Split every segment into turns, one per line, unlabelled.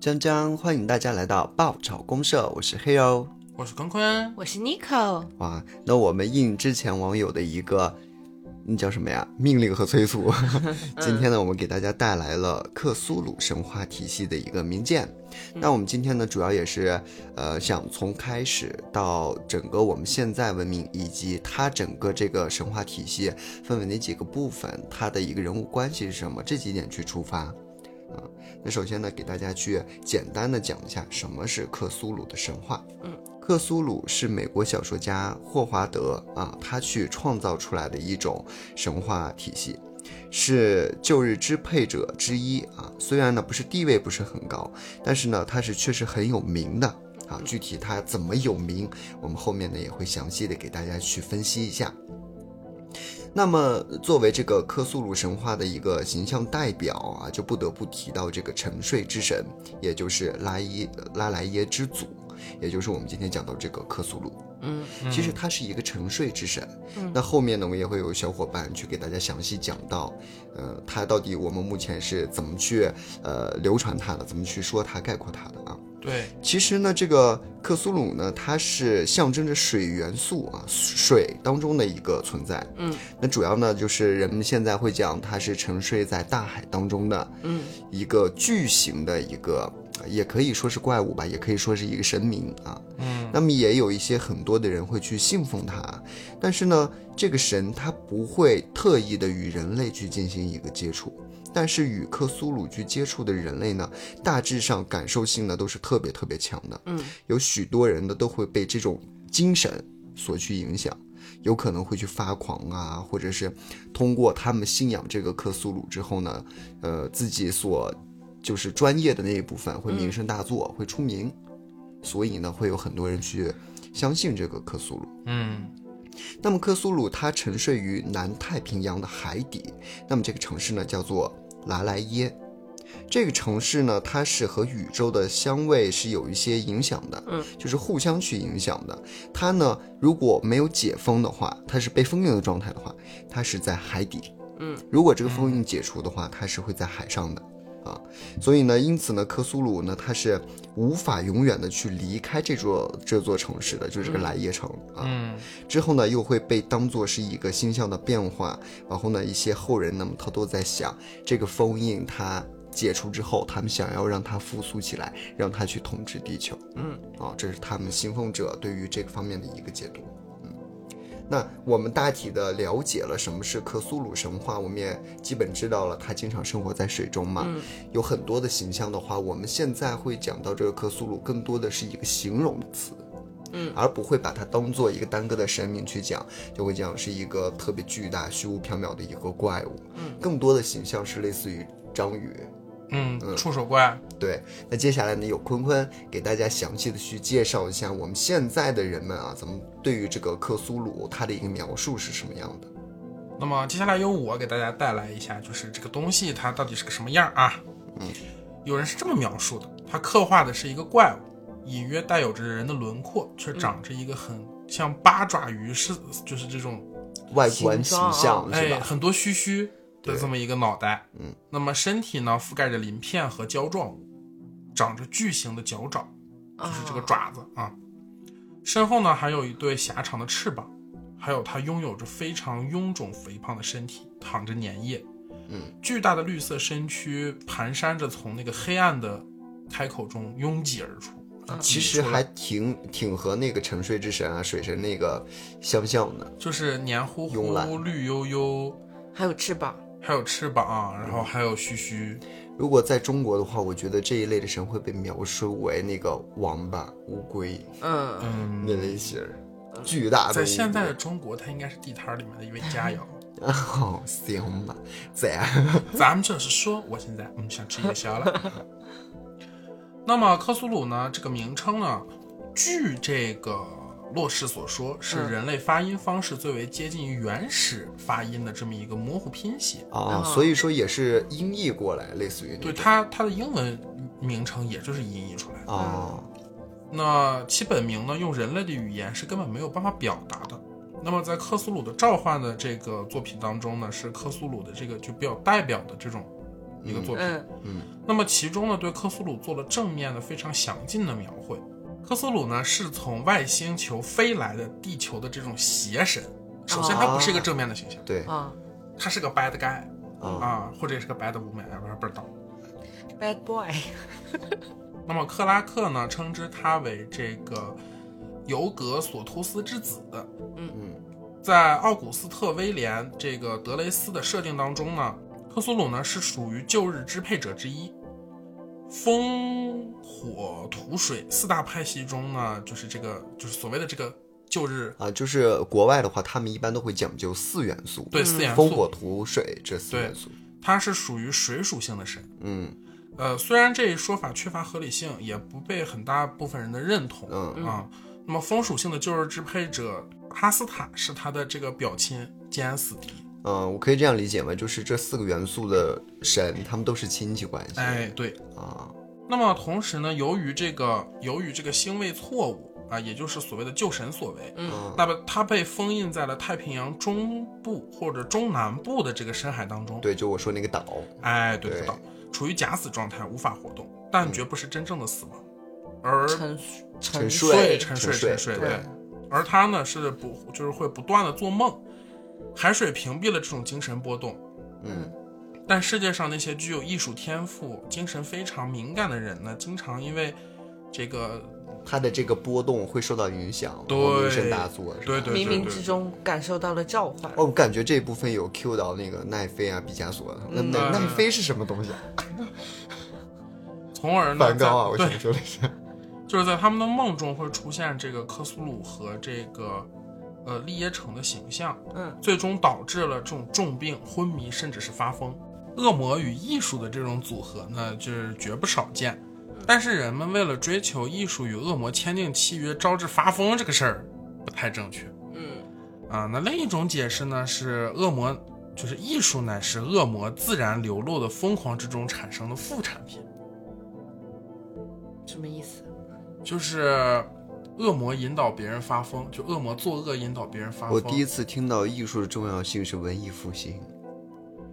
江江，欢迎大家来到爆炒公社，我是哦 Hero。
我是坤坤，
我是 Nico，
哇，那我们应之前网友的一个，那叫什么呀？命令和催促。今天呢，我们给大家带来了克苏鲁神话体系的一个民间。那我们今天呢，主要也是呃，想从开始到整个我们现在文明以及它整个这个神话体系分为哪几个部分，它的一个人物关系是什么，这几点去出发。啊，那首先呢，给大家去简单的讲一下什么是克苏鲁的神话。克苏鲁是美国小说家霍华德啊，他去创造出来的一种神话体系，是旧日支配者之一啊。虽然呢不是地位不是很高，但是呢他是确实很有名的啊。具体他怎么有名，我们后面呢也会详细的给大家去分析一下。那么，作为这个克苏鲁神话的一个形象代表啊，就不得不提到这个沉睡之神，也就是拉伊拉莱耶之祖，也就是我们今天讲到这个克苏鲁。
嗯，
其实他是一个沉睡之神。那后面呢，我们也会有小伙伴去给大家详细讲到，呃，他到底我们目前是怎么去呃流传他的，怎么去说他、概括他的啊？
对，
其实呢，这个克苏鲁呢，它是象征着水元素啊，水当中的一个存在。
嗯，
那主要呢，就是人们现在会讲它是沉睡在大海当中的，
嗯，
一个巨型的一个，也可以说是怪物吧，也可以说是一个神明啊。
嗯，
那么也有一些很多的人会去信奉它，但是呢，这个神它不会特意的与人类去进行一个接触，但是与克苏鲁去接触的人类呢，大致上感受性呢都是特别特别强的，
嗯，
有许多人呢都会被这种精神所去影响。有可能会去发狂啊，或者是通过他们信仰这个克苏鲁之后呢，呃，自己所就是专业的那一部分会名声大作，会出名。所以呢，会有很多人去相信这个克苏鲁。
嗯，
那么克苏鲁它沉睡于南太平洋的海底，那么这个城市呢叫做拉莱耶。这个城市呢，它是和宇宙的相位是有一些影响的，
嗯，
就是互相去影响的。它呢，如果没有解封的话，它是被封印的状态的话，它是在海底，
嗯，
如果这个封印解除的话，它是会在海上的，啊，所以呢，因此呢，克苏鲁呢，它是无法永远的去离开这座这座城市的，就是这个莱耶城啊，
嗯，
之后呢，又会被当做是一个星象的变化。然后呢，一些后人那么他都在想，这个封印它解除之后，他们想要让它复苏起来，让它去统治地球。
嗯，
啊、这是他们信奉者对于这个方面的一个解读。嗯，那我们大体的了解了什么是克苏鲁神话，我们也基本知道了它经常生活在水中嘛。
嗯
有很多的形象的话，我们现在会讲到这个克苏鲁，更多的是一个形容词。
嗯
而不会把它当做一个单个的神明去讲，就会讲是一个特别巨大、虚无缥缈的一个怪物。
嗯，
更多的形象是类似于章鱼。呃
嗯，触手怪，
对，那接下来呢，有坤坤给大家详细的去介绍一下我们现在的人们啊，咱们对于这个克苏鲁它的一个描述是什么样的？
那么接下来由我给大家带来一下，就是这个东西它到底是个什么样啊？
嗯
有人是这么描述的，它刻画的是一个怪物，隐约带有着人的轮廓，却长着一个很像八爪鱼是就是这种
外观形
形状
象嗯是
哎
吧？
很多须须的这么一个脑袋。
嗯，
那么身体呢覆盖着鳞片和胶状物，长着巨型的脚爪。就是这个爪子啊。身后呢还有一对狭长的翅膀，还有它拥有着非常臃肿肥胖的身体，淌着粘液。
嗯，
巨大的绿色身躯蹒跚着从那个黑暗的开口中拥挤而出。
啊
啊
其
嗯
实还挺挺和那个沉睡之神啊、水神那个相像的。
就是黏糊
慵
糊、
懒
绿油油，
还有翅膀，
还有翅膀，啊
嗯
然后还有须须。
如果在中国的话，我觉得这一类的神会被描述为那个王八、乌龟
嗯，
嗯，
那类型儿，巨大的乌龟。
在现在的中国，它应该是地摊儿里面的一位佳肴。
哦，行吧，啊这 样。
咱们就是说，我现在嗯想吃夜宵了。那么科苏鲁呢？这个名称呢，据这个洛氏所说，是
嗯
人类发音方式最为接近原始发音的这么一个模糊拼写。
哦
哦，
所以说也是音译过来，类似于那
嗯对
种
它，它的英文名称也就是音译出来的。
哦，
那其本名呢，用人类的语言是根本没有办法表达的。那么在克苏鲁的召唤的这个作品当中呢，是克苏鲁的这个就比较代表的这种一个作品。
嗯
那么其中呢，对克苏鲁做了正面的非常详尽的描绘。克苏鲁呢是从外星球飞来的地球的这种邪神，首先它不是一个正面的形象，
对，
嗯
啊
它是个 bad guy
哦
啊，或者也是个 bad woman，我也不知道。
，Bad Boy，
那么克拉克呢，称之他为这个尤格索托斯之子。
嗯
嗯，在奥古斯特威廉这个德雷斯的设定当中呢，克苏鲁呢是属于旧日支配者之一。风、火、土、水四大派系中呢，就是这个就是所谓的这个旧日
啊，就是国外的话，他们一般都会讲究四元素，
对四元
风火
素，
土水这四
对
元素。
它是属于水属性的神。
嗯
呃，虽然这一说法缺乏合理性，也不被很大部分人的认同。
嗯
啊。那么风属性的旧日支配者哈斯塔是他的这个表亲兼死敌。
嗯，我可以这样理解吗？就是这四个元素的神，他们都是亲戚关系。
哎，对。
啊，
那么同时呢，由于这个由于这个星位错误啊，也就是所谓的旧神所为，
嗯
那么它被封印在了太平洋中部或者中南部的这个深海当中。，
对，就我说那个岛，
哎，对
对嗯
不到，处于假死状态，无法活动，但绝不是真正的死亡。而
沉
沉
沉
睡
沉
沉睡
睡沉睡，
对
对。而他呢是不就是会不断的做梦，海水屏蔽了这种精神波动。
嗯
但世界上那些具有艺术天赋、精神非常敏感的人呢，经常因为这个，
它的这个波动会受到影响，
对
然后名声大作，是吧
对对对
冥冥之中感受到了召唤。
哦，我感觉这一部分有 cue 到那个奈飞啊、毕加索的。那
嗯
奈
嗯
奈飞是什么东西啊？
从而呢，
梵高啊，
在
我
嗯对
想，说了一下。
就是在他们的梦中会出现这个科苏鲁和这个呃利耶城的形象，
嗯
最终导致了这种重病、昏迷，甚至是发疯。恶魔与艺术的这种组合呢，就是绝不少见。但是人们为了追求艺术与恶魔签订契约，招致发疯这个事儿不太正确
嗯
啊。那另一种解释呢是恶魔，就是艺术乃是恶魔自然流露的疯狂之中产生的副产品，
什么意思？
就是恶魔引导别人发疯，就恶魔作恶引导别人发 疯。
我第一次听到艺术的重要性是文艺复兴，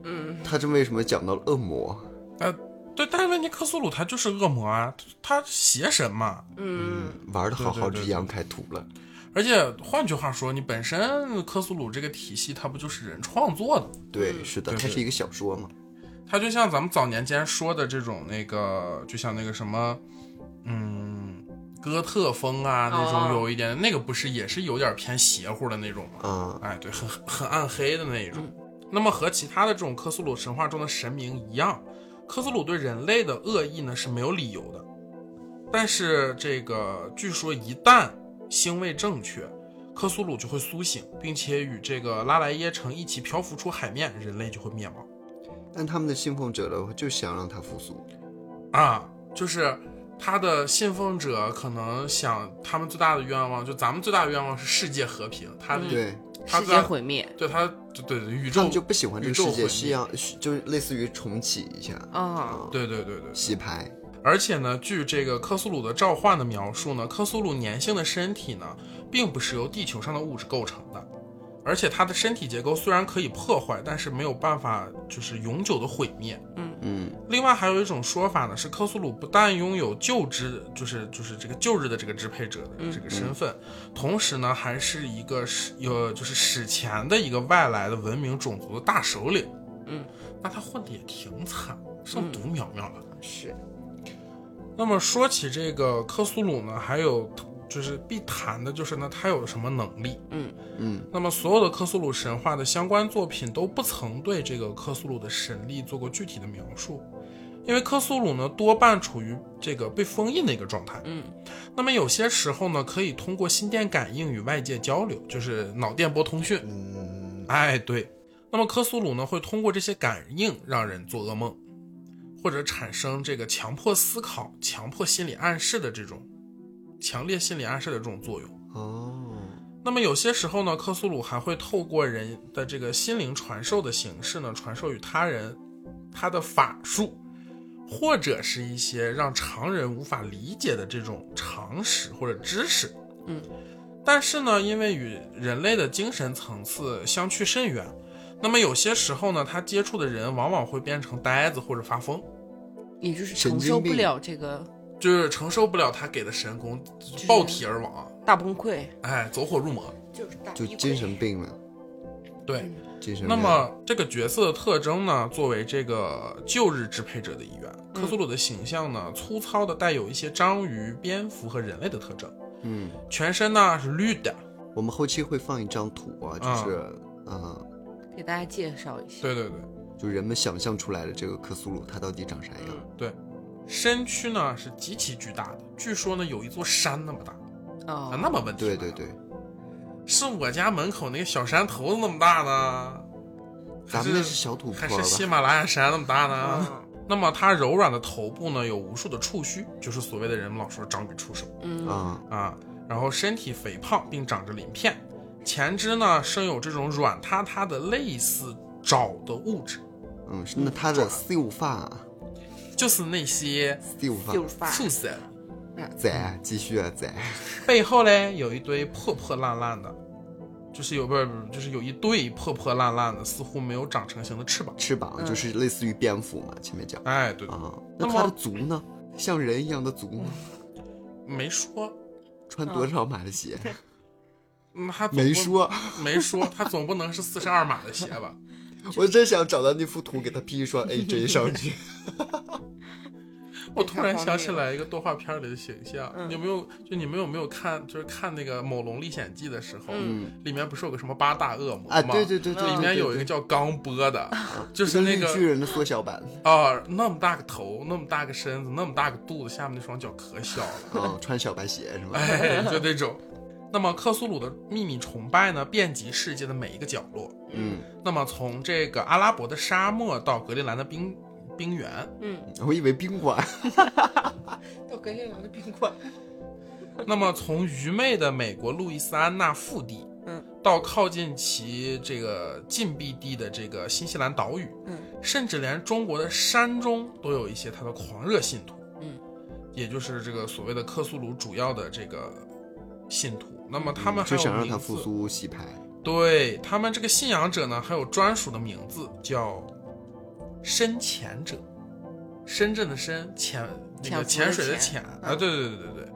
嗯，
他这为什么讲到了恶魔？
呃，对，但是问题克苏鲁他就是恶魔啊，他他邪神嘛。
嗯，
玩的好好
对对
之
对
杨开图了，
而且换句话说，你本身科苏鲁这个体系，它不就是人创作的？
对，是的，
嗯对对
它是一个小说嘛，
它就像咱们早年间说的这种那个，就像那个什么，嗯，哥特风啊那
哦
种，有一点、那个不是也是有点偏邪乎的那种吗？
啊，
哎，对，很很暗黑的那一种。那么和其他的这种科苏鲁神话中的神明一样，科苏鲁对人类的恶意呢是没有理由的。但是这个据说一旦星位正确，科苏鲁就会苏醒，并且与这个拉莱耶城一起漂浮出海面，人类就会灭亡
但他们的信奉者的话就想让它复苏，
啊！就是他的信奉者可能想，他们最大的愿望，就咱们最大的愿望是世界和平，他的、
对，
他
世
最
界
大
毁灭
对他对对对嗯宇
他
宙
们就不喜欢这
宇
个
宙
世界，
毁
是
灭
要就是类似于重启一下，
啊，
对对对对
洗牌，
而且呢，据这个克苏鲁的召唤的描述呢，克苏鲁粘性的身体呢，并不是由地球上的物质构成的，而且它的身体结构虽然可以破坏，但是没有办法就是永久的毁灭。
嗯
另外还有一种说法呢，是克苏鲁不但拥有旧之，就是就是这个旧日的这个支配者
嗯
的这个身份，同时呢，还是一个史呃就是史前的一个外来的文明种族的大首领。
嗯，
那他混的也挺惨，
嗯
剩独苗苗了。
是，
那么说起这个克苏鲁呢，还有就是必谈的就是呢，他有什么能力？
嗯
嗯
那么所有的克苏鲁神话的相关作品都不曾对这个克苏鲁的神力做过具体的描述，因为克苏鲁呢多半处于这个被封印的一个状态。
嗯
那么有些时候呢，可以通过心电感应与外界交流，就是脑电波通讯。
嗯，
哎，对。那么科苏鲁呢，会通过这些感应让人做噩梦，或者产生这个强迫思考、强迫心理暗示的这种强烈心理暗示的这种作用。
哦，
那么有些时候呢，科苏鲁还会透过人的这个心灵传授的形式呢，传授与他人他的法术，或者是一些让常人无法理解的这种常识或者知识。
嗯，
但是呢，因为与人类的精神层次相去甚远，那么有些时候呢，他接触的人往往会变成呆子或者发疯，
也就是
神
承
经
受不
病
了这个
就是承受不了他给的神功，
是
暴体而亡，
大崩溃，
哎，走火入魔。
就是大
就精神病了，
对，
精神病。
那么这个角色的特征呢，作为这个旧日支配者的一员，
嗯
克苏鲁的形象呢，粗糙的带有一些章鱼、蝙蝠和人类的特征，
嗯，
全身呢是绿的。
我们后期会放一张图啊，就是嗯，
给大家介绍一下。
对对对，
就人们想象出来的这个克苏鲁，它到底长啥样？
嗯身躯呢是极其巨大的，据说呢有一座山那么大，咋
哦，
啊那么问题？
啊对对，对，
是我家门口那个小山头子那么大呢，还
咱
是
们那是小土
还
坡
是喜
吧？啊
马拉雅山那么大呢？
嗯
那么它柔软的头部呢有无数的触须，就是所谓的人们老说章鱼触手。
嗯，
啊，
啊，然后身体肥胖并长着鳞片，前肢呢生有这种软塌塌的类似爪的物质，
嗯，是那它的秀发，
就是那些
秀发，
就是发
畜生。
仔，继续啊，仔，
背后嘞有一堆破破烂烂的，就是有不是不是就是有一对破破烂烂的，似乎没有长成型的翅膀。
翅膀就是类似于蝙蝠嘛，前面讲
哎，对，
啊。
那
那
么
它的足呢？像人一样的足吗？
没说，
穿多少码的鞋？
嗯，他总不
没说，
没说，他总不能是四十二码的鞋吧？
我真想找到那幅图，给它 P 一双 AJ 上去。
我突然想起来一个动画片里的形象，
嗯
你有没有？就你们有没有看？就是看那个《某龙历险记》的时候，
嗯
里面不是有个什么八大恶魔吗？
啊，对对对对，
里
对
面
对
有一个
对
叫刚波 的，就是
跟
那
绿巨
个
人的缩小 版，
啊，那么大个头，那么大个身子，那么大个肚子，下面那双脚可小 了，
嗯，穿小白鞋是吗？
哎，就那种。那么克苏鲁的秘密崇拜呢，遍及世界的每一个角落。
嗯，
那么从这个阿拉伯的沙漠到格陵兰的冰冰原，
嗯
我以为宾馆，
到格陵兰的宾馆，
那么从愚昧的美国路易斯安那腹地，
嗯，
到靠近其这个禁闭地的这个新西兰岛屿，
嗯，
甚至连中国的山中都有一些他的狂热信徒，
嗯，
也就是这个所谓的克苏鲁主要的这个信徒。那么他们还
嗯就
有
想让
名
它
字
复，苏洗牌。
对他们这个信仰者呢，还有专属的名字叫深潜者，深圳的深，潜那个潜
潜伏的
水的潜
潜
啊，对对对对对，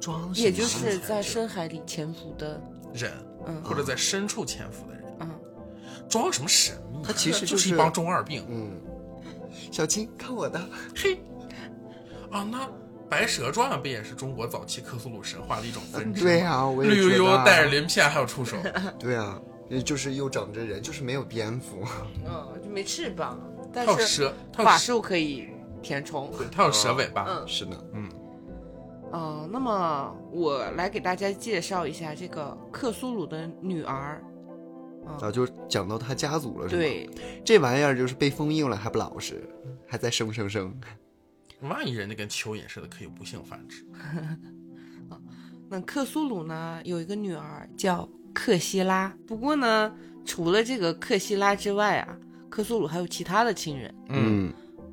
装
也
什
就
么啊
是在深海里潜伏的，
人。
嗯
或者在深处潜伏的人，
嗯，
装什么神秘？啊
他其实
就
就是
一帮中二病。
嗯，小青，看我的，
嘿，啊，那《白蛇传》不也是中国早期克苏鲁神话的一种分支吗？
对啊，我也
绿
觉
油
得
油
啊
带着鳞片，还有触手。
对啊，也就是又长着人，就是没有蝙蝠，
嗯，就没翅膀，
它
但
有
是
蛇，它有
法
蛇，
术可以填充。
对，它有蛇尾巴。
嗯
是的，
嗯，那么我来给大家介绍一下这个克苏鲁的女儿。
啊，就讲到他家族了，是吗？，
对，
这玩意儿就是被封印了还不老实，还在生生生，
嗯
万一人家跟蚯蚓似的，可以无性繁殖。
那克苏鲁呢有一个女儿叫克西拉，不过呢，除了这个克西拉之外啊，克苏鲁还有其他的亲人。
嗯，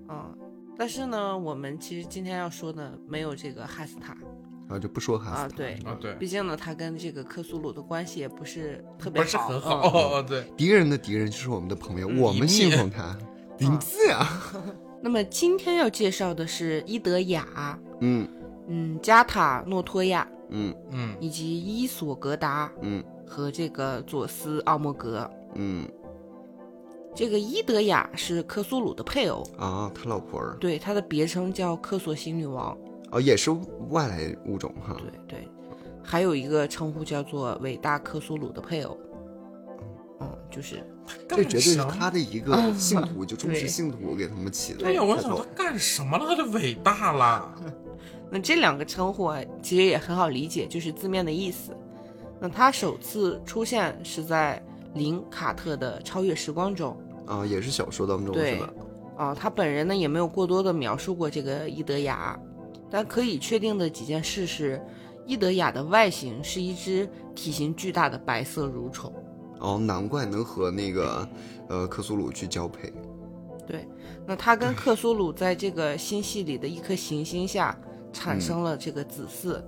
嗯，但是呢，我们其实今天要说的没有这个哈斯塔，
然嗯后就不说哈
啊
斯塔
对
是吧
啊，对，
毕竟呢，他跟这个克苏鲁的关系也不是特别
不
好，
是很
嗯
好。哦哦，对，
敌人的敌人就是我们的朋友，
嗯
我
一
们
命
信奉他，林子啊，
那么今天要介绍的是伊德雅、
嗯
嗯加塔诺托亚
嗯
嗯，
以及伊索格达
嗯
和这个佐斯奥莫格。
嗯
这个伊德雅是克苏鲁的配偶，
啊，他老婆儿
对他的别称叫克索西女王，
哦，也是外来物种哈，
对对，还有一个称呼叫做伟大克苏鲁的配偶。嗯，就是
这绝对是
干什么
他的一个信徒，就忠
啊对
实信徒给他们起的。
对哎呀，我想他
口
干什么了？他就伟大了。
那这两个称呼啊，其实也很好理解，就是字面的意思。那它首次出现是在林卡特的《超越时光》中
啊，也是小说当中
对
是吧？
啊，他本人呢也没有过多的描述过这个伊德雅，但可以确定的几件事是，伊德雅的外形是一只体型巨大的白色蠕虫。
哦，难怪能和那个呃克苏鲁去交配。
对，那他跟克苏鲁在这个星系里的一颗行星下产生了这个子嗣，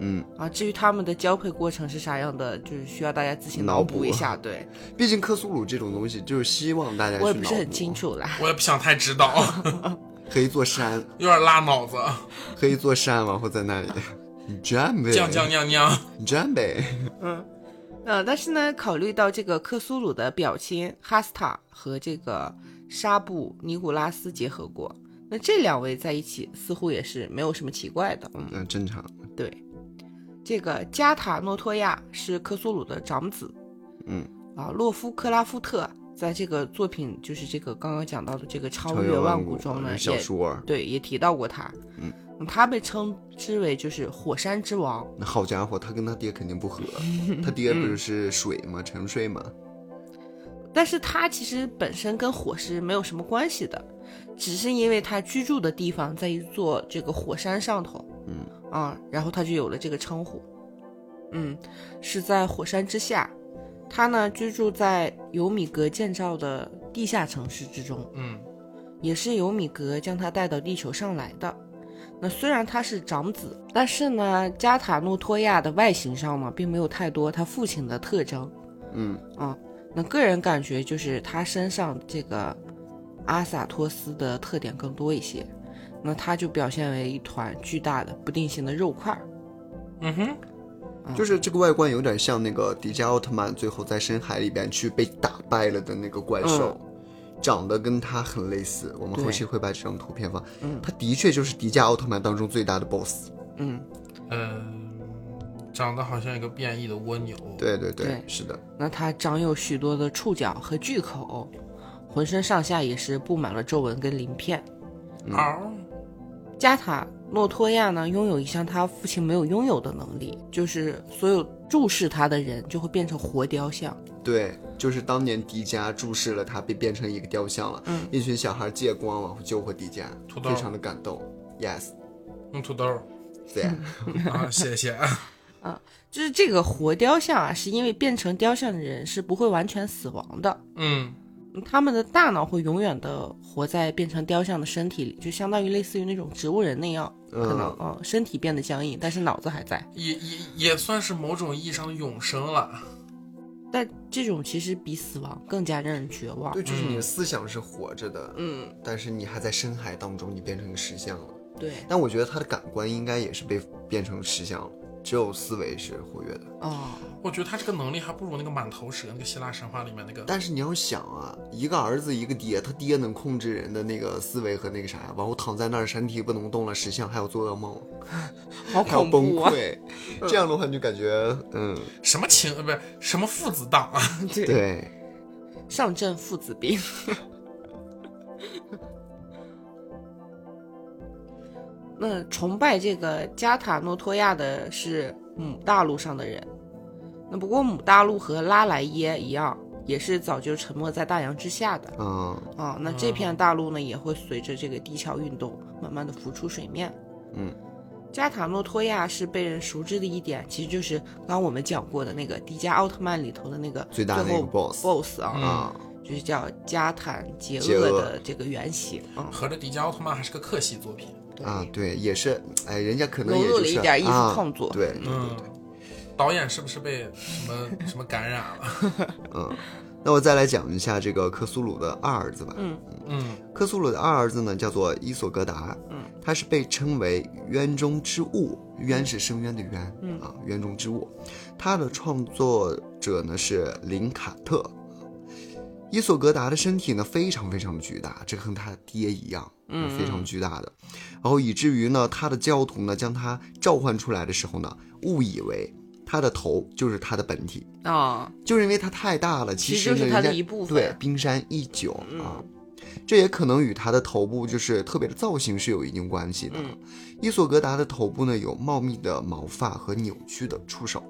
嗯，
啊。至于它们的交配过程是啥样的，就是需要大家自行
脑
脑补
补
一 下。对，
毕竟克苏鲁这种东西，就是希望大家
我也
去
不是
脑
很
补
清，楚啦。
我也不想太知道，
可以座山，
有点拉脑子，
可以座山，然后在那里战 呗，
酱酱酿酿。
战呗，
呃，但是呢，考虑到这个克苏鲁的表亲哈斯塔和这个纱布尼古拉斯结合过，那这两位在一起似乎也是没有什么奇怪的。嗯，
嗯，正常，
对，这个加塔诺托亚是克苏鲁的长子
嗯，
啊，洛夫克拉夫特在这个作品就是这个刚刚讲到的这个《超越
万
万古》中呢，
小
也
说，
对也提到过他。
嗯
嗯，他被称之为就是火山之王。
那好家伙，他跟他爹肯定不 合，他爹不是水吗？沉睡吗？
但是它其实本身跟火是没有什么关系的，只是因为它居住的地方在一座这个火山上头，
嗯
啊，然后它就有了这个称呼，嗯，是在火山之下，它呢居住在尤米格建造的地下城市之中，
嗯，
也是尤米格将他带到地球上来的。那虽然他是长子，但是呢，加塔诺托亚的外形上呢，并没有太多他父亲的特征。
嗯
啊，那个人感觉就是他身上这个阿萨托斯的特点更多一些，那他就表现为一团巨大的不定型的肉块儿。
嗯哼，
嗯
就是这个外观有点像那个迪迦奥特曼最后在深海里边去被打败了的那个怪
嗯
兽，长得跟他很类似。我们
对
后期会把这张图片放
嗯，
他的确就是迪迦奥特曼当中最大的 BOSS。
嗯，
嗯，长得好像一个变异的蜗牛。，
对对对
对，
是的，
那他长有许多的触角和巨口，浑身上下也是布满了皱纹跟鳞片。
嗷、
加塔诺托亚呢，拥有一项他父亲没有拥有的能力，就是所有注视他的人就会变成活雕像。
对，就是当年迪迦注视了他，被变成一个雕像了。
嗯
一群小孩借光往后救活迪迦
土，豆
非常的感动。Yes，
用土豆
对、
嗯
啊，谢谢。
就是这个活雕像啊，是因为变成雕像的人是不会完全死亡的，
嗯，
嗯他们的大脑会永远的活在变成雕像的身体里，就相当于类似于那种植物人那样，可能
嗯，
嗯身体变得僵硬，但是脑子还在。
也也也算是某种意义上的永生了。
但这种其实比死亡更加让人绝望
对，。就是你的思想是活着的，
嗯，
但是你还在深海当中，你变成个石像了。
对，
但我觉得他的感官应该也是被变成石像了，只有思维是活跃的。
哦，
我觉得他这个能力还不如那个满头蛇，那个希腊神话里面那个。
但是你要想啊，一个儿子一个爹，他爹能控制人的那个思维和那个啥呀，然后躺在那儿身体不能动了，石像还要做噩梦，
好
还要
恐
崩
怖啊！
溃，这样的话你就感觉嗯，
什么情呃不是什么父子档啊？
对，
上阵父子兵。 那崇拜这个加塔诺托亚的是母大陆上的人，那不过母大陆和拉莱耶一样，也是早就沉没在大洋之下的
嗯
啊。那这片大陆呢，也会随着这个地壳运动，慢慢的浮出水面。
嗯，
加塔诺托亚是被人熟知的一点，其实就是刚刚我们讲过的那个《迪迦奥特曼》里头的那个
最大的那个
后
boss
boss 啊，
啊，
就是叫加坦杰
杰厄
厄的这个原型啊。
合着迪迦奥特曼还是个克系作品。
对
啊，对，也是，哎，人家可能
融
也
入
就
了一
是
点艺术
啊
创作
对，对对
嗯
对，，
导演是不是被什么什么感染了？
嗯，那我再来讲一下这个克苏鲁的二儿子吧，
嗯
嗯，
克苏鲁的二儿子呢，叫做伊索格达，
嗯，
他是被称为渊中之物，渊是深渊的渊，
嗯
啊，渊中之物。他的创作者呢是林卡特。伊索格达的身体呢非常非常的巨大，这跟他爹一样，
嗯
非常巨大的。然后以至于呢，他的教徒呢将他召唤出来的时候呢，误以为他的头就是他的本体，
啊，
就是因为它太大了，
其
其
实
实
就是
呢
它的
人家
一部分
对，冰山一角啊。这也可能与它的头部就是特别的造型是有一定关系的。
嗯
伊索格达的头部呢有茂密的毛发和扭曲的触手，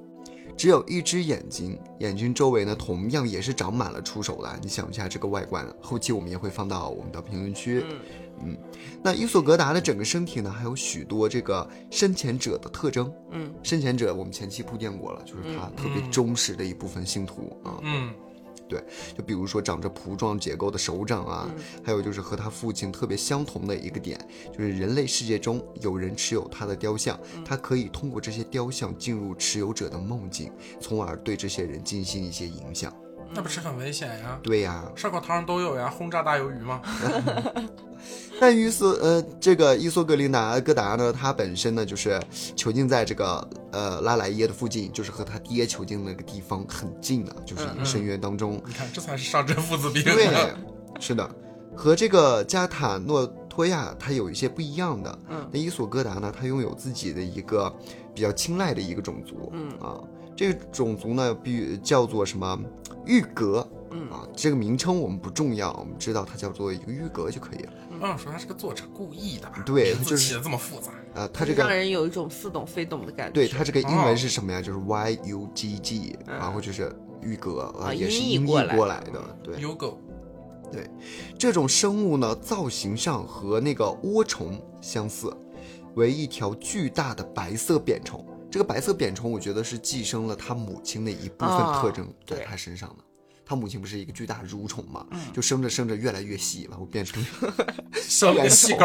只有一只眼睛，眼睛周围呢同样也是长满了触手的。你想一下这个外观，后期我们也会放到我们的评论区。
嗯
那伊索格达的整个身体呢还有许多这个深潜者的特征。
嗯，
深潜者我们前期铺垫过了，就是他特别
嗯
忠实的一部分信徒啊。
嗯，
对，就比如说长着蹼状结构的手掌啊，
嗯
还有就是和他父亲特别相同的一个点，就是人类世界中有人持有他的雕像，
嗯
他可以通过这些雕像进入持有者的梦境，从而对这些人进行一些影响。
那不是很危险呀？
对呀、
烧烤摊上都有呀，轰炸大鱿鱼嘛。
那于是，呃，这个伊索格林达戈达呢，他本身呢就是囚禁在这个呃拉莱耶的附近，就是和他爹囚禁那个地方很近的，就是
嗯
一个深渊当中。
你看，这才是上阵父子兵。
对，啊 是的，和这个加塔诺托亚它有一些不一样的。
嗯
那伊索戈达呢，它拥有自己的一个比较青睐的一个种族。
嗯
啊，这个种族呢，必叫做什么玉格。
嗯
啊，这个名称我们不重要，我们知道它叫做一个玉格就可以了。
嗯，说他是个作者故意的吧？
对
名字
就是
起的这么复杂。
啊，它这个
让人有一种似懂非懂的感觉。
对，它这个英
哦
文是什么呀？就是 Y U G G，、然后就是玉格啊，
嗯啊
也是
音译
音译
过来
过
的嗯
来的。对，
有狗，
这种生物呢，造型上和那个涡虫相似，为一条巨大的白色扁虫。这个白色扁虫，我觉得是寄生了它母亲的一部分
啊
特征在
对
它身上的。它母亲不是一个巨大蠕虫嘛，就生着生着越来越细，然后变成
生了个细狗。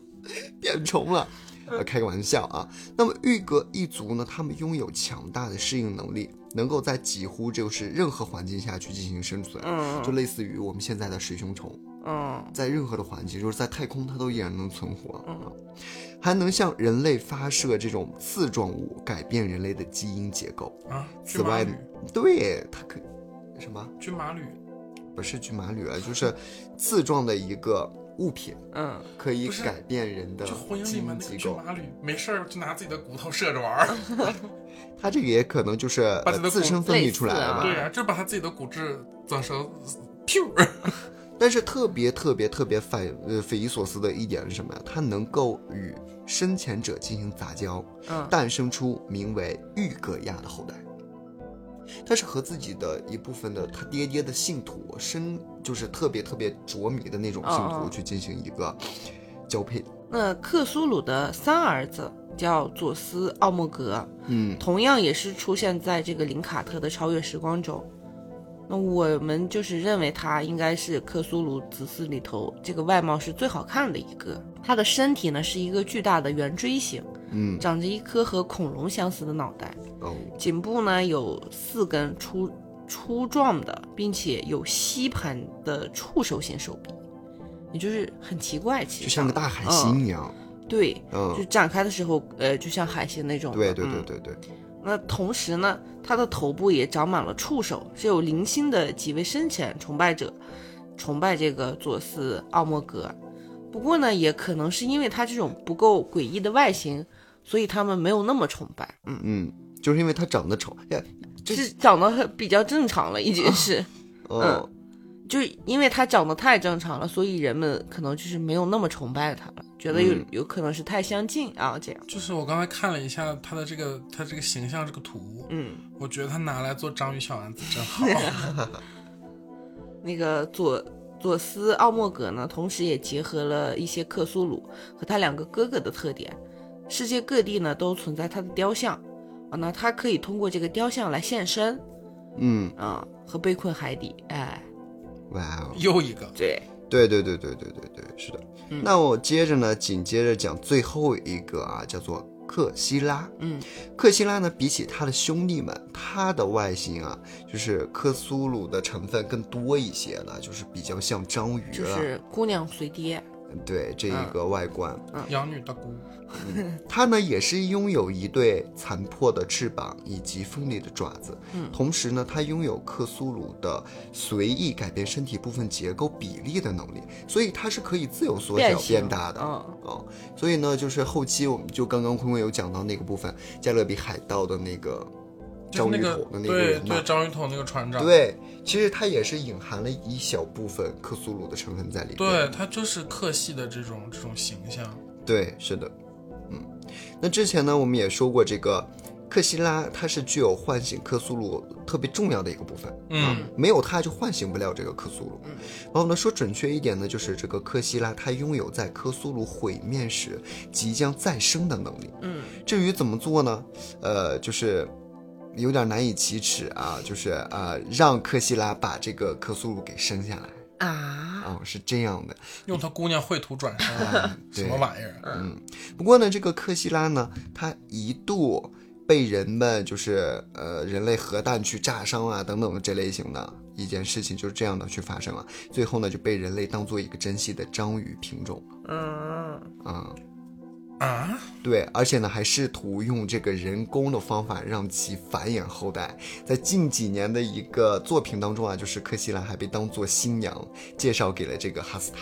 变虫了。呃，开个玩笑啊。那么玉格一族呢，他们拥有强大的适应能力，能够在几乎就是任何环境下去进行生存，就类似于我们现在的水熊虫，
嗯
在任何的环境，就是在太空，它都依然能存活，啊还能向人类发射这种刺状物，改变人类的基因结构。
啊，
此
军马
外
旅，，
对它可什么？
军马旅
不是巨马吕啊，就是刺状的一个物品，
嗯，
可以
不是
改变人的
就火影
基
里面
因
那个
结
军
构。
马旅，没事儿就拿自己的骨头射着玩儿。
他这个也可能就是
把自己的
呃自
骨
身分
类
泌
似
出来了
啊
吧。
对呀、就把他自己的骨质造成 pure。
但是特别特别特别反呃匪夷所思的一点是什么呀？它能够与深潜者进行杂交，
嗯
诞生出名为玉格亚的后代。它是和自己的一部分的他爹爹的信徒深，就是特别特别着迷的那种信
哦
徒
哦
去进行一个交配。
那克苏鲁的三儿子叫佐斯·奥莫格，
嗯，
同样也是出现在这个林卡特的《超越时光》中。那我们就是认为他应该是克苏鲁子嗣里头这个外貌是最好看的一个。他的身体呢是一个巨大的圆锥形，
嗯，
长着一颗和恐龙相似的脑袋，
哦，
颈部呢有四根粗粗壮的，并且有吸盘的触手型手臂，也就是很奇怪，其实
就像个
长
大
得
海
嗯
星一样。
对，
嗯
就展开的时候，呃，就像海星那种的。
对对对
嗯
对对，
那同时呢，它的头部也长满了触手，是有零星的几位深潜崇拜者崇拜这个佐斯奥莫格。不过呢，也可能是因为它这种不够诡异的外形，所以他们没有那么崇拜。嗯，
嗯，就是因为它长得丑。哎，这啊
是长得很比较正常了，已经是，
哦，
嗯就是因为它长得太正常了，所以人们可能就是没有那么崇拜它了，觉得有、
嗯
有可能是太相近啊，这样。
就是我刚才看了一下他的这个他这个形象这个图，
嗯。
我觉得他拿来做章鱼小丸子 真好。
那个佐佐斯奥莫格呢，同时也结合了一些克苏鲁和他两个哥哥的特点。世界各地呢都存在他的雕像啊，那他可以通过这个雕像来现身
嗯，
啊，和被困海底。哎，
哇哦。
又一个，
对，
对对对对对对对，是的。
嗯
那我接着呢，紧接着讲最后一个啊，叫做克希拉。
嗯，
克希拉呢，比起他的兄弟们，他的外形啊，就是克苏鲁的成分更多一些了，就是比较像章鱼
就
了。
是嗯姑娘随爹。
对这一个外观，
养女大姑，
它呢也是拥有一对残破的翅膀以及锋利的爪子，
嗯
同时呢，它拥有克苏鲁的随意改变身体部分结构比例的能力，所以它是可以自由缩
变
小
形
变大的。
嗯
哦，所以呢，就是后期我们就刚刚坤坤有讲到那个部分，加勒比海盗的那个章
就是那
鱼
个
头的那个
对
人嘛
对，章鱼头那个船长，
对，其实它也是隐含了一小部分克苏鲁的成分在里面。
对，他就是克系的这种这种形象。
对，是的，嗯，那之前呢，我们也说过这个克希拉，它是具有唤醒克苏鲁特别重要的一个部分，
嗯，
没有它就唤醒不了这个克苏鲁。然后呢，说准确一点呢，就是这个克希拉，它拥有在克苏鲁毁灭时即将再生的能力。
嗯
至于怎么做呢？呃，就是有点难以启齿啊，就是呃，让克西拉把这个克苏鲁给生下来
啊，
啊、是这样的。
用他姑娘绘图转生
啊
啊，
对嗯
什么玩意儿？
不过呢，这个克西拉呢，它一度被人们就是呃人类核弹去炸伤啊等等这类型的一件事情，就是这样的去发生了。最后呢，就被人类当做一个珍稀的章鱼品种
嗯，
啊、
啊，
对，而且呢，还试图用这个人工的方法让其繁衍后代。在近几年的一个作品当中啊，就是科西拉还被当做新娘介绍给了这个哈斯塔，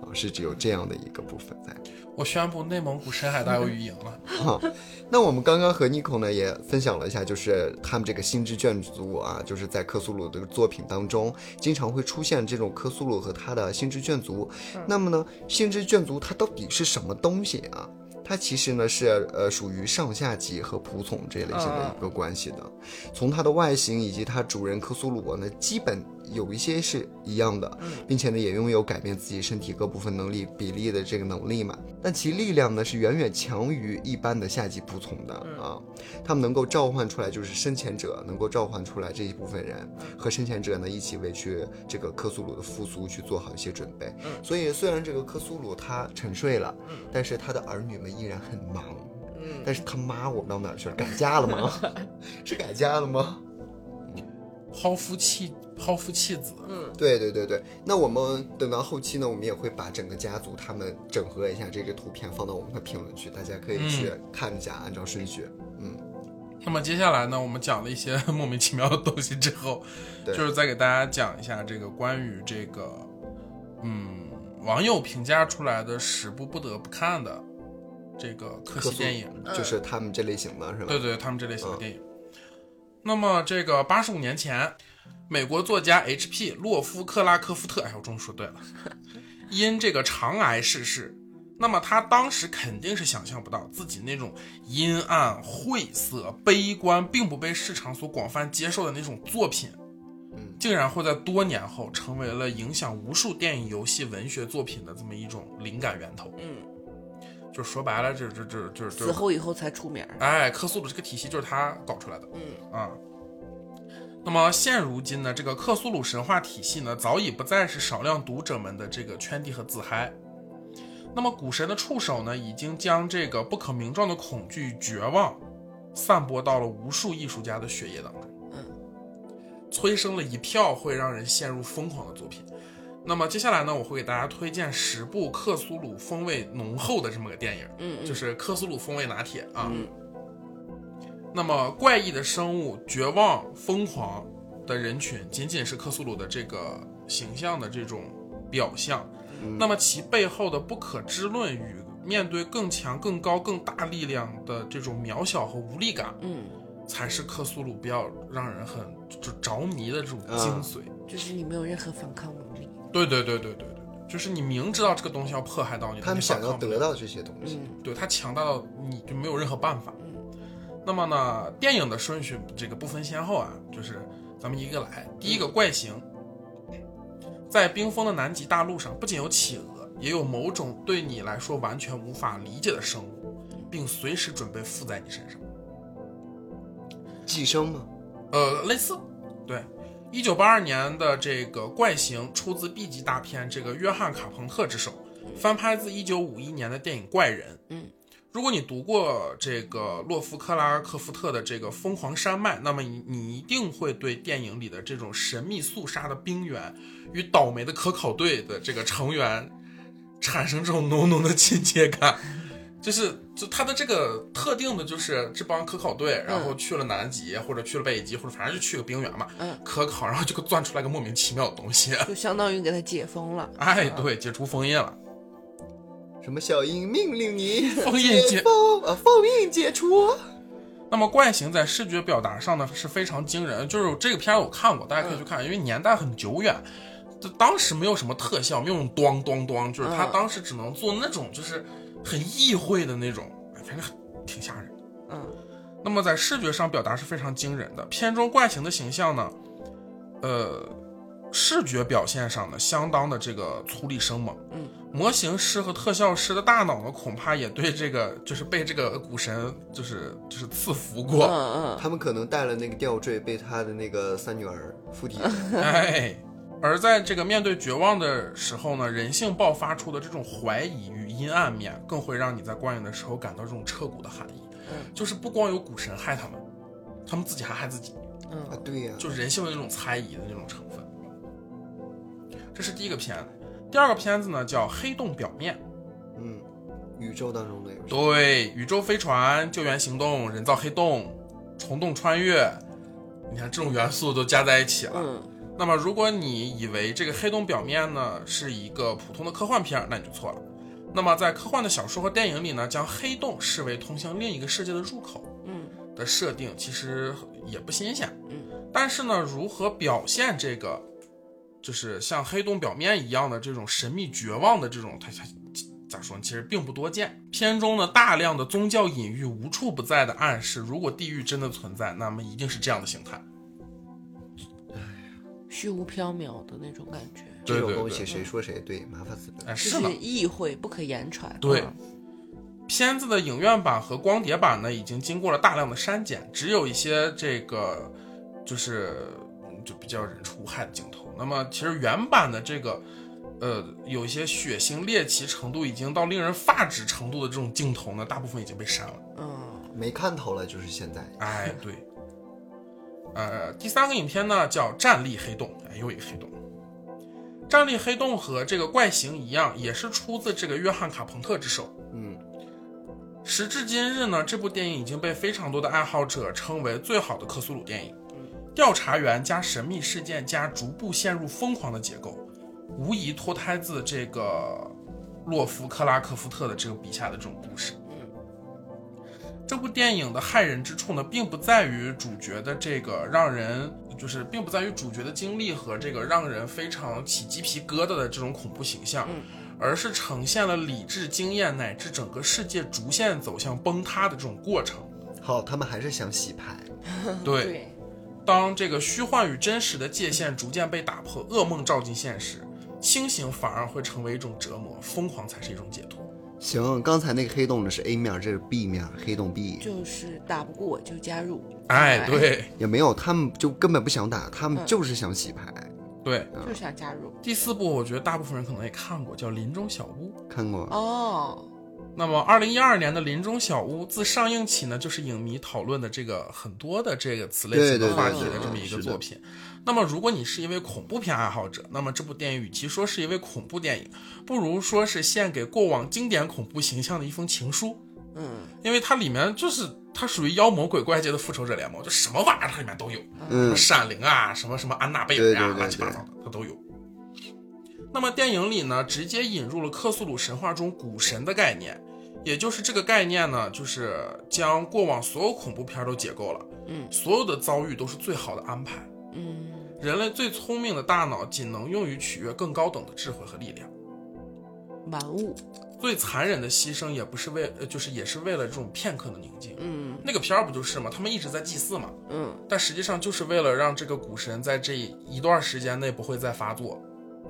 啊，是只有这样的一个部分在。
我宣布内蒙古深海大鱿鱼赢了。
那我们刚刚和 Nico 呢也分享了一下，就是他们这个星之眷族啊，就是在克苏鲁的作品当中，经常会出现这种克苏鲁和他的星之眷族。那么呢，星之眷族它到底是什么东西啊？它其实呢是呃属于上下级和仆从这类型的一个关系的。从它的外形以及它主人克苏鲁呢，基本有一些是一样的，并且呢也拥有改变自己身体各部分能力比例的这个能力嘛。但其力量呢是远远强于一般的下级仆从的啊。他们能够召唤出来，就是生前者能够召唤出来这一部分人，和生前者呢一起为去这个克苏鲁的复苏去做好一些准备。所以虽然这个克苏鲁他沉睡了，但是他的儿女们依然很忙。但是他妈我们到哪儿去了？改嫁了吗？是改嫁了吗？
抛夫弃抛夫弃子，
对对对对，那我们等到后期呢，我们也会把整个家族他们整合一下这个图片放到我们的评论区，大家可以去
嗯
看一下，按照顺序。嗯
那么接下来呢，我们讲了一些莫名其妙的东西之后，
对
就是再给大家讲一下这个关于这个，嗯，网友评价出来的十部不得不看的这个科
克
西
苏
电影，嗯
就是他们这类型的是吧？
对对，他们这类型的电影。那么这个八十五年前，美国作家 H.P. 洛夫克拉科夫特，哎，我终于说对了，因这个肠癌逝世。那么他当时肯定是想象不到自己那种阴暗、晦涩、悲观，并不被市场所广泛接受的那种作品，
嗯
竟然会在多年后成为了影响无数电影、游戏、文学作品的这么一种灵感源头。
嗯，
就说白了，这这这这这
死，后以后才出名儿，
哎，克苏鲁这个体系就是他搞出来的。
嗯
啊。那么现如今呢，这个克苏鲁神话体系呢，早已不再是少量读者们的这个圈地和自嗨。那么古神的触手呢，已经将这个不可名状的恐惧与绝望，散播到了无数艺术家的血液当中，
嗯
催生了一票会让人陷入疯狂的作品。那么接下来呢，我会给大家推荐十部克苏鲁风味浓厚的这么个电影，
嗯，
就是是克苏鲁风味拿铁啊。
嗯
那么怪异的生物、绝望、疯狂的人群，仅仅是克苏鲁的这个形象的这种表象。
嗯
那么其背后的不可知论与面对更强、更高、更大力量的这种渺小和无力感，
嗯，
才是克苏鲁比较让人很就着迷的这种精髓。
嗯
就是你没有任何反抗能力，
对对对对对对，就是你明知道这个东西要迫害到你，
他们
你反
想要
抗不
得
了
到这些东西。
嗯
对它强大到你就没有任何办法。
嗯
那么呢，电影的顺序这个不分先后啊，就是咱们一个来。第一个怪形，在冰封的南极大陆上，不仅有企鹅，也有某种对你来说完全无法理解的生物，并随时准备附在你身上。嗯
寄生吗？
呃，类似，对。一九八二年的这个《怪形》出自 B 级大片这个约翰·卡朋特之手，翻拍自一九五一年的电影《怪人》。
嗯，
如果你读过这个洛夫克拉科夫特的这个《疯狂山脉》，那么你你一定会对电影里的这种神秘肃杀的冰原与倒霉的可考队的这个成员产生这种浓浓的亲切感。就是就他的这个特定的，就是这帮科考队，然后去了南极或者去了北极，或者反正就去个冰原嘛，
嗯，
科考，然后就钻出来个莫名其妙的东西。
就相当于给他解封了，
哎，对，解除封印了，
什么小樱命令你
封印解
解封，呃，封印解除。
那么怪形在视觉表达上呢是非常惊人，就是这个片儿我看过，大家可以
嗯
去看，因为年代很久远，就当时没有什么特效，没有那种咣咣咣，就是他
嗯
当时只能做那种就是很意会的那种，哎反正很挺吓人。
嗯
那么在视觉上表达是非常惊人的。片中怪形的形象呢，呃，视觉表现上呢相当的这个粗粝生猛，
嗯，
模型师和特效师的大脑呢，恐怕也对这个就是被这个股神就是就是赐福
嗯
过，
嗯
他们可能戴了那个吊坠，被他的那个三女儿附 体。啊
哎。而在这个面对绝望的时候呢，人性爆发出的这种怀疑与阴暗面，更会让你在观影的时候感到这种彻骨的寒意。
嗯
就是不光有股神害他们，他们自己还害自己，
啊
嗯，
对呀、
就是人性的那种猜疑的那种成分。这是第一个片，第二个片子呢叫《黑洞表面》。
嗯，宇宙当中的有
对，宇宙飞船、救援行动、人造黑洞、虫洞穿越，你看这种元素都加在一起了。
嗯
那么，如果你以为这个黑洞表面呢是一个普通的科幻片儿，那你就错了。那么，在科幻的小说和电影里呢，将黑洞视为通向另一个世界的入口
嗯
的设定，其实也不新鲜。
嗯
但是呢，如何表现这个，就是像黑洞表面一样的这种神秘绝望的这种，它它咋说呢？其实并不多见。片中呢，大量的宗教隐喻无处不在的暗示，如果地狱真的存在，那么一定是这样的形态。
虚无缥缈的那种感觉，
这
对
种
对
东
对
西，谁说谁对，麻烦死了。
哎，
就是
呢。
意会不可言传。
对
嗯
片子的影院版和光碟版呢，已经经过了大量的删减，只有一些这个就是嗯就比较人畜无害的镜头。那么其实原版的这个呃有一些血腥猎奇程度已经到令人发指程度的这种镜头呢，大部分已经被删了。
嗯
没看头了，就是现在。
哎，对。呃，第三个影片呢叫《站立黑洞》，哎，又一个黑洞。《站立黑洞》和这个怪形一样，也是出自这个约翰·卡朋特之手。
嗯，
时至今日呢，这部电影已经被非常多的爱好者称为最好的克苏鲁电影。调查员加神秘事件加逐步陷入疯狂的结构，无疑脱胎自这个洛夫克拉克夫特的这个笔下的这种故事。这部电影的骇人之处呢，并不在于主角的这个让人就是，并不在于主角的经历和这个让人非常起鸡皮疙瘩的这种恐怖形象，
嗯
而是呈现了理智、经验乃至整个世界逐渐走向崩塌的这种过程。
好，他们还是想洗牌。
嗯对，当这个虚幻与真实的界限逐渐被打破，噩梦照进现实，清醒反而会成为一种折磨，疯狂才是一种解脱。
行，刚才那个黑洞呢是 A 面，这是 B 面，黑洞 B
就是打不过我就加入。
哎，，对
也没有，他们就根本不想打，他们
嗯
就是想洗牌。
对。
就想加入。
第四部，我觉得大部分人可能也看过，叫《林中小屋》。
看过，
哦，
那么，二零一二年的《林中小屋》自上映起呢，就是影迷讨论的这个很多的这个此类
对对
型的
对
话题的
对
这么
对
一个
是的
作品。那么，如果你是一位恐怖片爱好者，那么这部电影与其说是一位恐怖电影，不如说是献给过往经典恐怖形象的一封情书，
嗯
因为它里面就是它属于妖魔鬼怪界的复仇者联盟，就什么玩意儿它里面都有。什
嗯
么，闪灵啊，什么什么安娜贝尔呀、
对对对
乱七八糟的，它都有。那么电影里呢，直接引入了克苏鲁神话中古神的概念，也就是这个概念呢，就是将过往所有恐怖片都解构了，
嗯
所有的遭遇都是最好的安排。
嗯
人类最聪明的大脑仅能用于取悦更高等的智慧和力量，
玩物，
最残忍的牺牲也不是为，呃就是也是为了这种片刻的宁静。
嗯
那个片儿不就是吗？他们一直在祭祀嘛，
嗯，
但实际上就是为了让这个股神在这一段时间内不会再发作，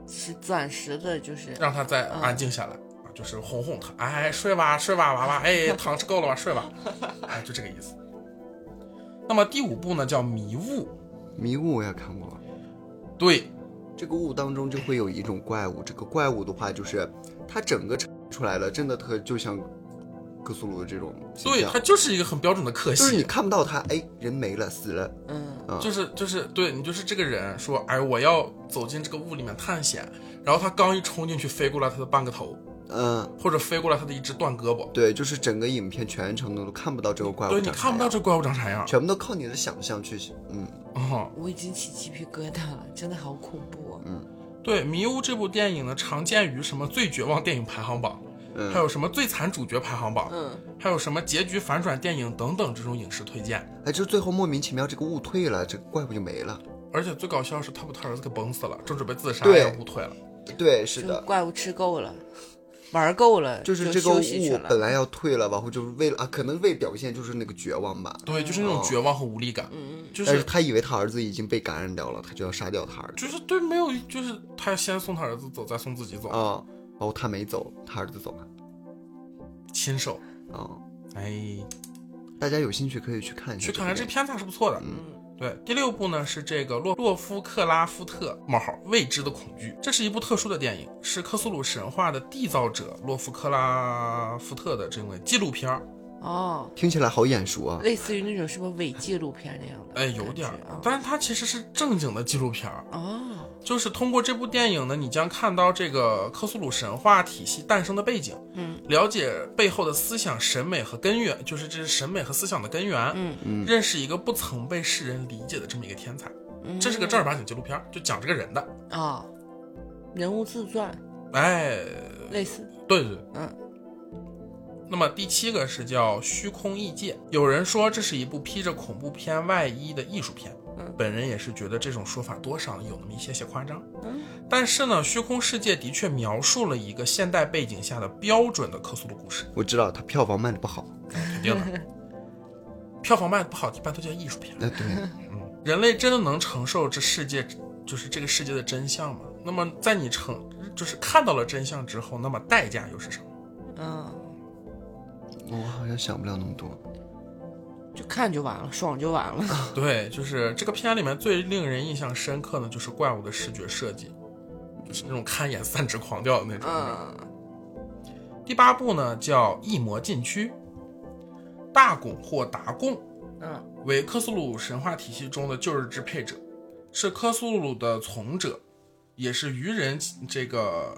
是暂时的，就是
让他再安静下来、啊，就是哄哄他，哎，睡吧，睡吧，娃娃，哎，躺着够了吧，睡吧，哎，就这个意思。那么第五部呢，叫迷雾，
迷雾我也看过。
对，
这个雾当中就会有一种怪物，这个怪物的话就是它整个呈现出来了，真的特就像克苏鲁的这种形
对，
象
它，就是一个很标准的克
就是你
星，
看不到它，哎，人没了，死了，
嗯
啊、
就是就是对你就是这个人说，哎，我要走进这个雾里面探险，然后他刚一冲进去，飞过来他的半个头，
嗯、
或者飞过来他的一只断胳膊，
对，就是整个影片全程都看不到这个怪物，
对你看不到，这怪物长啥样，
全部都靠你的想象去，嗯，
嗯。
我已经起鸡皮疙瘩了，真的好恐怖、
嗯
哦。
对，《迷雾》这部电影呢，常见于什么最绝望电影排行榜，
嗯
还有什么最惨主角排行榜，
嗯，
还有什么结局反转电影等等这种影视推荐。
哎，就最后莫名其妙这个雾退了，这个怪物就没了，
而且最搞笑的是，他把他儿子给崩死了，正准备自杀，
对
也误退了。
对，是
就
的。
怪物吃够了，玩够了，
就是这个
休息去
雾本
了。
来要退了，然后就是为了啊，可能为表现就是那个绝望吧，
对，就是那种绝望和无力感，就
哦嗯但是
是
他以为他儿子已经被感染掉了，他就要杀掉他儿子。
就是对没有，就是他先送他儿子走，再送自己走。
啊、包括他没走，他儿子走了。
亲手，
嗯，
哎，
大家有兴趣可以去看一下。
去看看这
部
片子还是不错的。
嗯
对，第六部呢是这个洛洛夫克拉夫特冒号未知的恐惧，这是一部特殊的电影，是克苏鲁神话的缔造者洛夫克拉夫特的这个纪录片儿。
哦，
听起来好眼熟啊。
类似于那种什么伪纪录片那样的
哎，
感觉啊，
有点儿，但是它其实是正经的纪录片儿。
哦，
就是通过这部电影呢，你将看到这个克苏鲁神话体系诞生的背景，
嗯，
了解背后的思想、审美和根源，就是这是审美和思想的根源，
嗯
嗯，认识一个不曾被世人理解的这么一个天才。
嗯
这是个正儿八经纪录片儿，就讲这个人的。
哦，人物自传
哎，
类似，
对对对，
嗯
那么第七个是叫《虚空异界》，有人说这是一部披着恐怖片外衣的艺术片，
嗯
本人也是觉得这种说法多少有那么一些些夸张。
嗯
但是呢，《虚空世界》的确描述了一个现代背景下的标准的克苏鲁故事，
我知道他票房卖的不好，
肯定 的。票房卖的不好，一般都叫艺术片。
那哎对，
嗯，人类真的能承受这世界，就是这个世界的真相吗？那么在你承，就是看到了真相之后，那么代价又是什么？
嗯，
我哦好像想不了那么多。
就看就完了，爽就完了，
对，就是这个片里面最令人印象深刻的就是怪物的视觉设计，就是那种看一眼散之狂掉的那种。
嗯
第八部呢叫《异魔禁区》，大贡或达贡
嗯
为克苏鲁神话体系中的旧日支配者，是克苏鲁的从者，也是愚人这个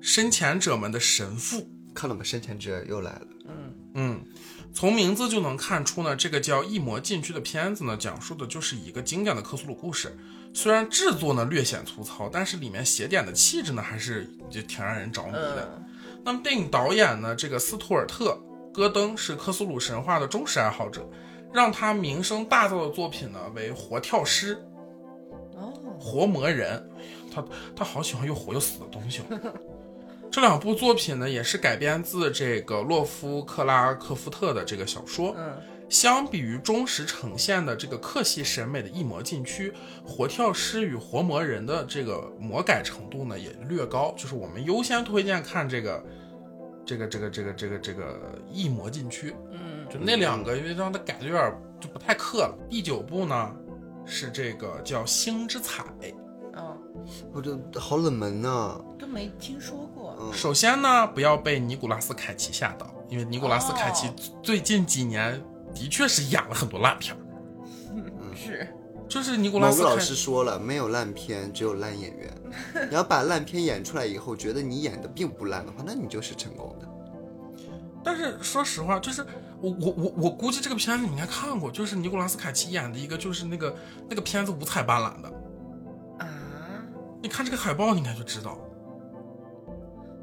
深潜者们的神父。
看了吗？生前之人又来了。
嗯
嗯，从名字就能看出呢，这个叫《异魔禁区》的片子呢，讲述的就是一个经典的克苏鲁故事。虽然制作呢略显粗糙，但是里面写点的气质呢，还是就挺让人着迷的。
嗯
那么电影导演呢，这个斯图尔特·戈登是克苏鲁神话的忠实爱好者，让他名声大噪的作品呢为《活跳尸》《
哦，
活魔人》哎呀，他他好喜欢又活又死的东西哦。这两部作品呢，也是改编自这个洛夫克拉科夫特的这个小说。
嗯
相比于忠实呈现的这个克系审美的异魔禁区，活跳尸与活魔人的这个魔改程度呢也略高，就是我们优先推荐看这个这个这个这个这个这个异魔禁区，
嗯
就那两个因为让它改的有点就不太克了。第九部呢是这个叫星之彩，
嗯，
我这好冷门啊呐、
都没听说过，
嗯，
首先呢不要被尼古拉斯凯奇吓到，因为尼古拉斯凯奇
哦
最近几年的确是演了很多烂片儿，嗯
是
就是尼古拉
某
斯
个
凯
老师说了，没有烂片，只有烂演 员。你要把烂片演出来以后，觉得你演的并不烂的话，那你就是成功的。
但是说实话，就是我我我我估计这个片子你应该看过，就是尼古拉斯凯奇演的一个，就是那个那个片子五彩斑斓的。
啊，
你看这个海报，你应该就知道，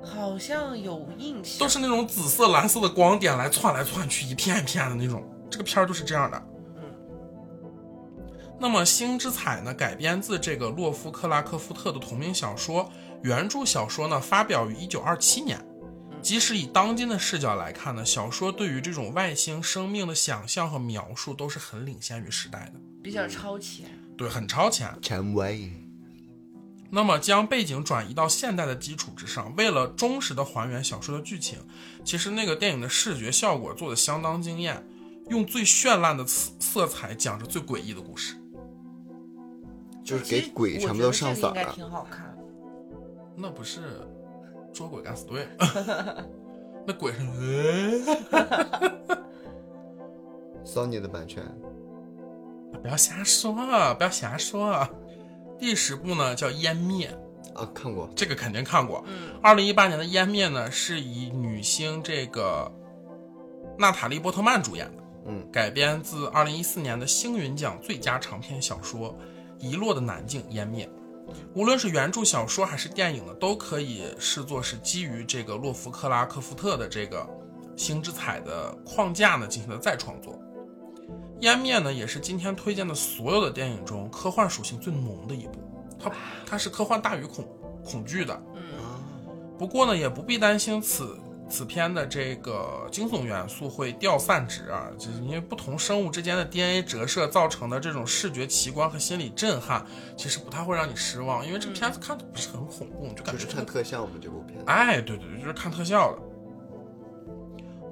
好像有印象，
都是那种紫色、蓝色的光点来窜来窜去，一片一片的那种。这个片儿就是这样的。
嗯
那么《星之彩》呢，改编自这个洛夫克拉科夫特的同名小说，原著小说呢发表于1927年。即使以当今的视角来看呢，小说对于这种外星生命的想象和描述都是很领先于时代的，
比较超前，
对，很超前。
陈威，
那么将背景转移到现代的基础之上，为了忠实的还原小说的剧情，其实那个电影的视觉效果做的相当惊艳，用最绚烂的色色彩讲着最诡异的故事。
就是
其
给
实
鬼
我
全部
觉
都
得
上
这个
嗓
应该
了。
挺好看，
那不是捉鬼敢死队， 那鬼是呃，
Sony 的版权，
呃不要瞎说，不要瞎说。第十部呢叫《湮灭》，
啊，看过。
这个肯定看过。
嗯
二零一八年的《湮灭》呢，是以女星这个娜塔莉·波特曼主演的，
嗯，
改编自二零一四年的星云奖最佳长篇小说《遗落的南境》湮灭。无论是原著小说还是电影呢，都可以视作是基于这个洛夫克拉科夫特的这个《星之彩》的框架呢进行的再创作。湮灭呢，也是今天推荐的所有的电影中科幻属性最浓的一部，它它是科幻大于恐恐惧的，
嗯
啊，
不过呢，也不必担心此此片的这个惊悚元素会掉散值啊，就是因为不同生物之间的 DNA 折射造成的这种视觉奇观和心理震撼，其实不太会让你失望，因为这片子看的不是很恐怖，你就感
嗯就
觉
是
这个
看特效嘛，这部片子。
哎，对对对，就是看特效的。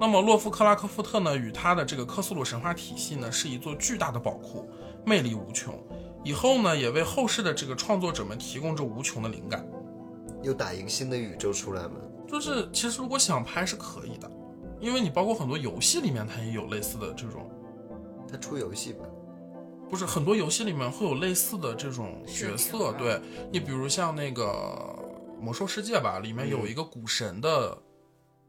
那么洛夫克拉科夫特呢，与他的这个科苏鲁神话体系呢，是一座巨大的宝库，魅力无穷。以后呢，也为后世的这个创作者们提供着无穷的灵感。
又打一个新的宇宙出来嘛？
就是其实如果想拍是可以的，因为你包括很多游戏里面它也有类似的这种，
他出游戏吧？
不是很多游戏里面会有类似的这种角
是这
色。
样啊
对你比如像那个魔兽世界吧，里面
嗯
有一个古神的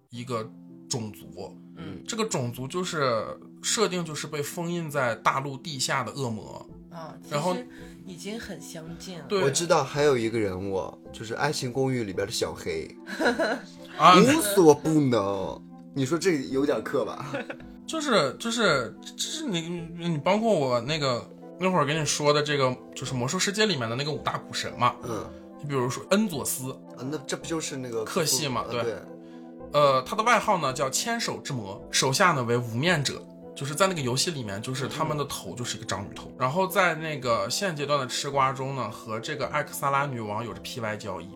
一个种族，
嗯
这个种族就是设定就是被封印在大陆地下的恶魔，
啊，其
然后
实已经很相近了。
对
我知道还有一个人物，就是《爱情公寓》里边的小黑，
哦
啊，
无所不能。你说这有点克 吧？
就是就是就是你你你包括我那个那会儿跟你说的这个就是魔兽世界里面的那个五大古神嘛，
嗯，
你比如说恩佐斯，
啊那这不就是那个
克系嘛
啊
对
对，
呃，他的外号呢叫千手之魔，手下呢为无面者。就是在那个游戏里面，就是他们的头就是一个章鱼头，然后在那个现阶段的吃瓜中呢，和这个艾克萨拉女王有着 P Y 交易，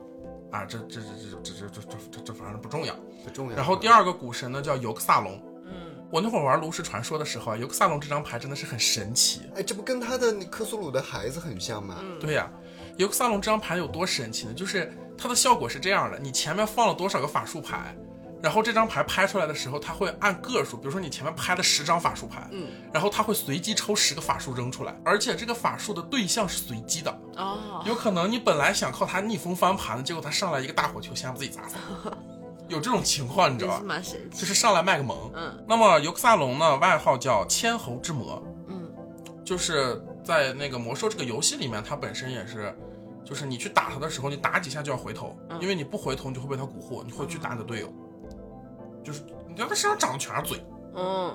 啊，这这这这这这这这这反正不重要。
不重要。
然后第，二个古神呢叫尤克萨隆。
嗯，
我那会儿玩炉石传说的时候啊，尤克萨隆这张牌真的是很神奇。
哎，这不跟他的科苏鲁的孩子很像吗？
对呀、尤克萨隆这张牌有多神奇呢？就是它的效果是这样的：你前面放了多少个法术牌，然后这张牌拍出来的时候，它会按个数，比如说你前面拍了十张法术牌，
嗯，
然后它会随机抽十个法术扔出来，而且这个法术的对象是随机的，
啊
哦，
有可能你本来想靠它逆风翻盘的，结果它上来一个大火球先把自己砸死，有这种情况你知
真
道
是
吧？
蛮神
就
奇。
是上来卖个萌，
嗯
那么尤克萨隆呢，外号叫千猴之魔，
嗯
就是在那个魔兽这个游戏里面，它本身也是，就是你去打它的时候，你打几下就要回头，
嗯
因为你不回头，你就会被它蛊惑，你会去打你的队友。就是你看它身上长的全是嘴，
嗯，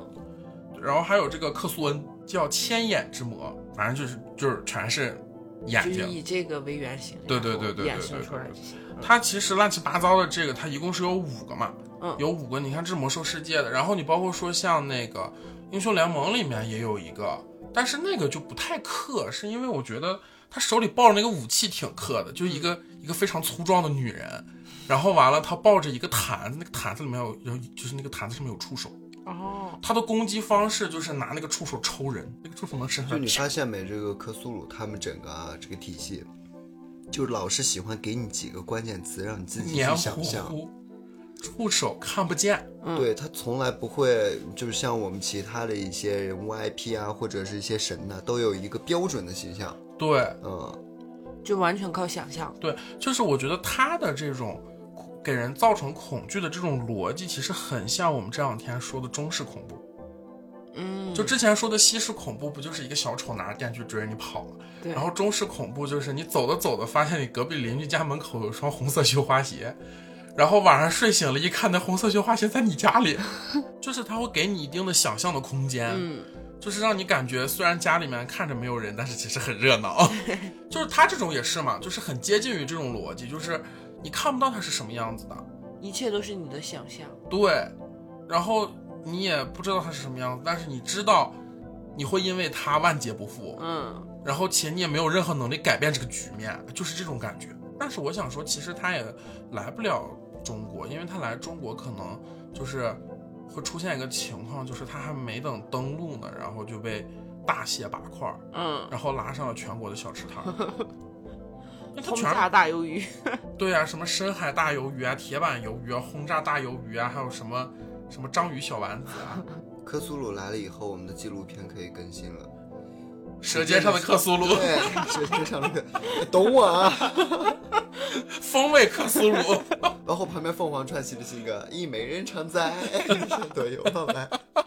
然后还有这个克苏恩叫千眼之魔，反正就是就是全是眼
就是
睛。
以这个为原型，
对对
然后
对对对
衍
对
生
对
出来
对
这些。
它其实乱七八糟的这个，它一共是有五个嘛，
嗯
有五个。你看这是魔兽世界的，然后你包括说像那个英雄联盟里面也有一个，但是那个就不太克，是因为我觉得他手里抱着那个武器挺克的，就一个、一个非常粗壮的女人，然后完了他抱着一个坛子，那个坛子里面有有就是那个坛子上面有触手，
哦，
他的攻击方式就是拿那个触手抽人，那个触手能伸出
就
来
你
啪
发现没，这个科苏鲁他们整个啊这个体系，就老是喜欢给你几个关键词，让你自己
黏
去
糊
想象。
糊，触手看不见，
嗯
对他从来不会，就是像我们其他的一些人物 IP 啊，或者是一些神呐、都有一个标准的形象。
对。
嗯，
就完全靠想象。
对，就是我觉得他的这种给人造成恐惧的这种逻辑，其实很像我们这两天说的中式恐怖。
嗯，
就之前说的西式恐怖，不就是一个小丑拿着电锯追着你跑吗？
对
然后中式恐怖就是你走着走着，发现你隔壁邻居家门口有双红色绣花鞋，然后晚上睡醒了，一看那红色绣花鞋在你 家里，就是它会给你一定的想象的空间。
嗯
就是让你感觉虽然家里面看着没有人，但是其实很热闹。就是他这种也是嘛，就是很接近于这种逻辑，就是你看不到他是什么样子的，
一切都是你的想象。
对，然后你也不知道他是什么样子，但是你知道你会因为他万劫不复，
嗯
然后且你也没有任何能力改变这个局面，就是这种感觉。但是我想说，其实他也来不了中国，因为他来中国可能就是会出现一个情况，就是他还没等登陆呢，然后就被大卸八块儿，
嗯，
然后拉上了全国的小吃摊儿。因为他
轰
全
炸大鱿鱼，
对啊，什么深海大鱿鱼啊、铁板鱿鱼啊、轰炸大鱿鱼啊，还有什么什么章鱼小丸子啊、
科苏鲁来了以后，我们的纪录片可以更新了。
舌尖上的克苏鲁、
对，是非常的， 懂我啊。
风味克 苏鲁。
然后旁边凤凰传奇的这个一美人常在， 都有到来。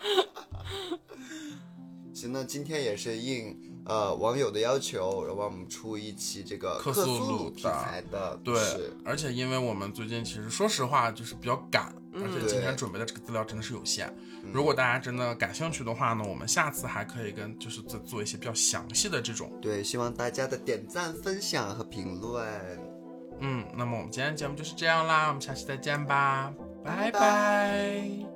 行，那今天也是应呃网友的要求，然后我们出一期这个
克
克
苏
苏
鲁
鲁题
的
材的，
对
是，
而且因为我们最近其实说实话就是比较赶，而且今天
嗯对嗯
准备的这个资料真的是有限。如果大家真的感兴趣的话呢，我们下次还可以跟就是再做一些比较详细的这种。
对，希望大家的点赞、分享和评论。
嗯，那么我们今天的节目就是这样啦，我们下期再见吧，拜拜拜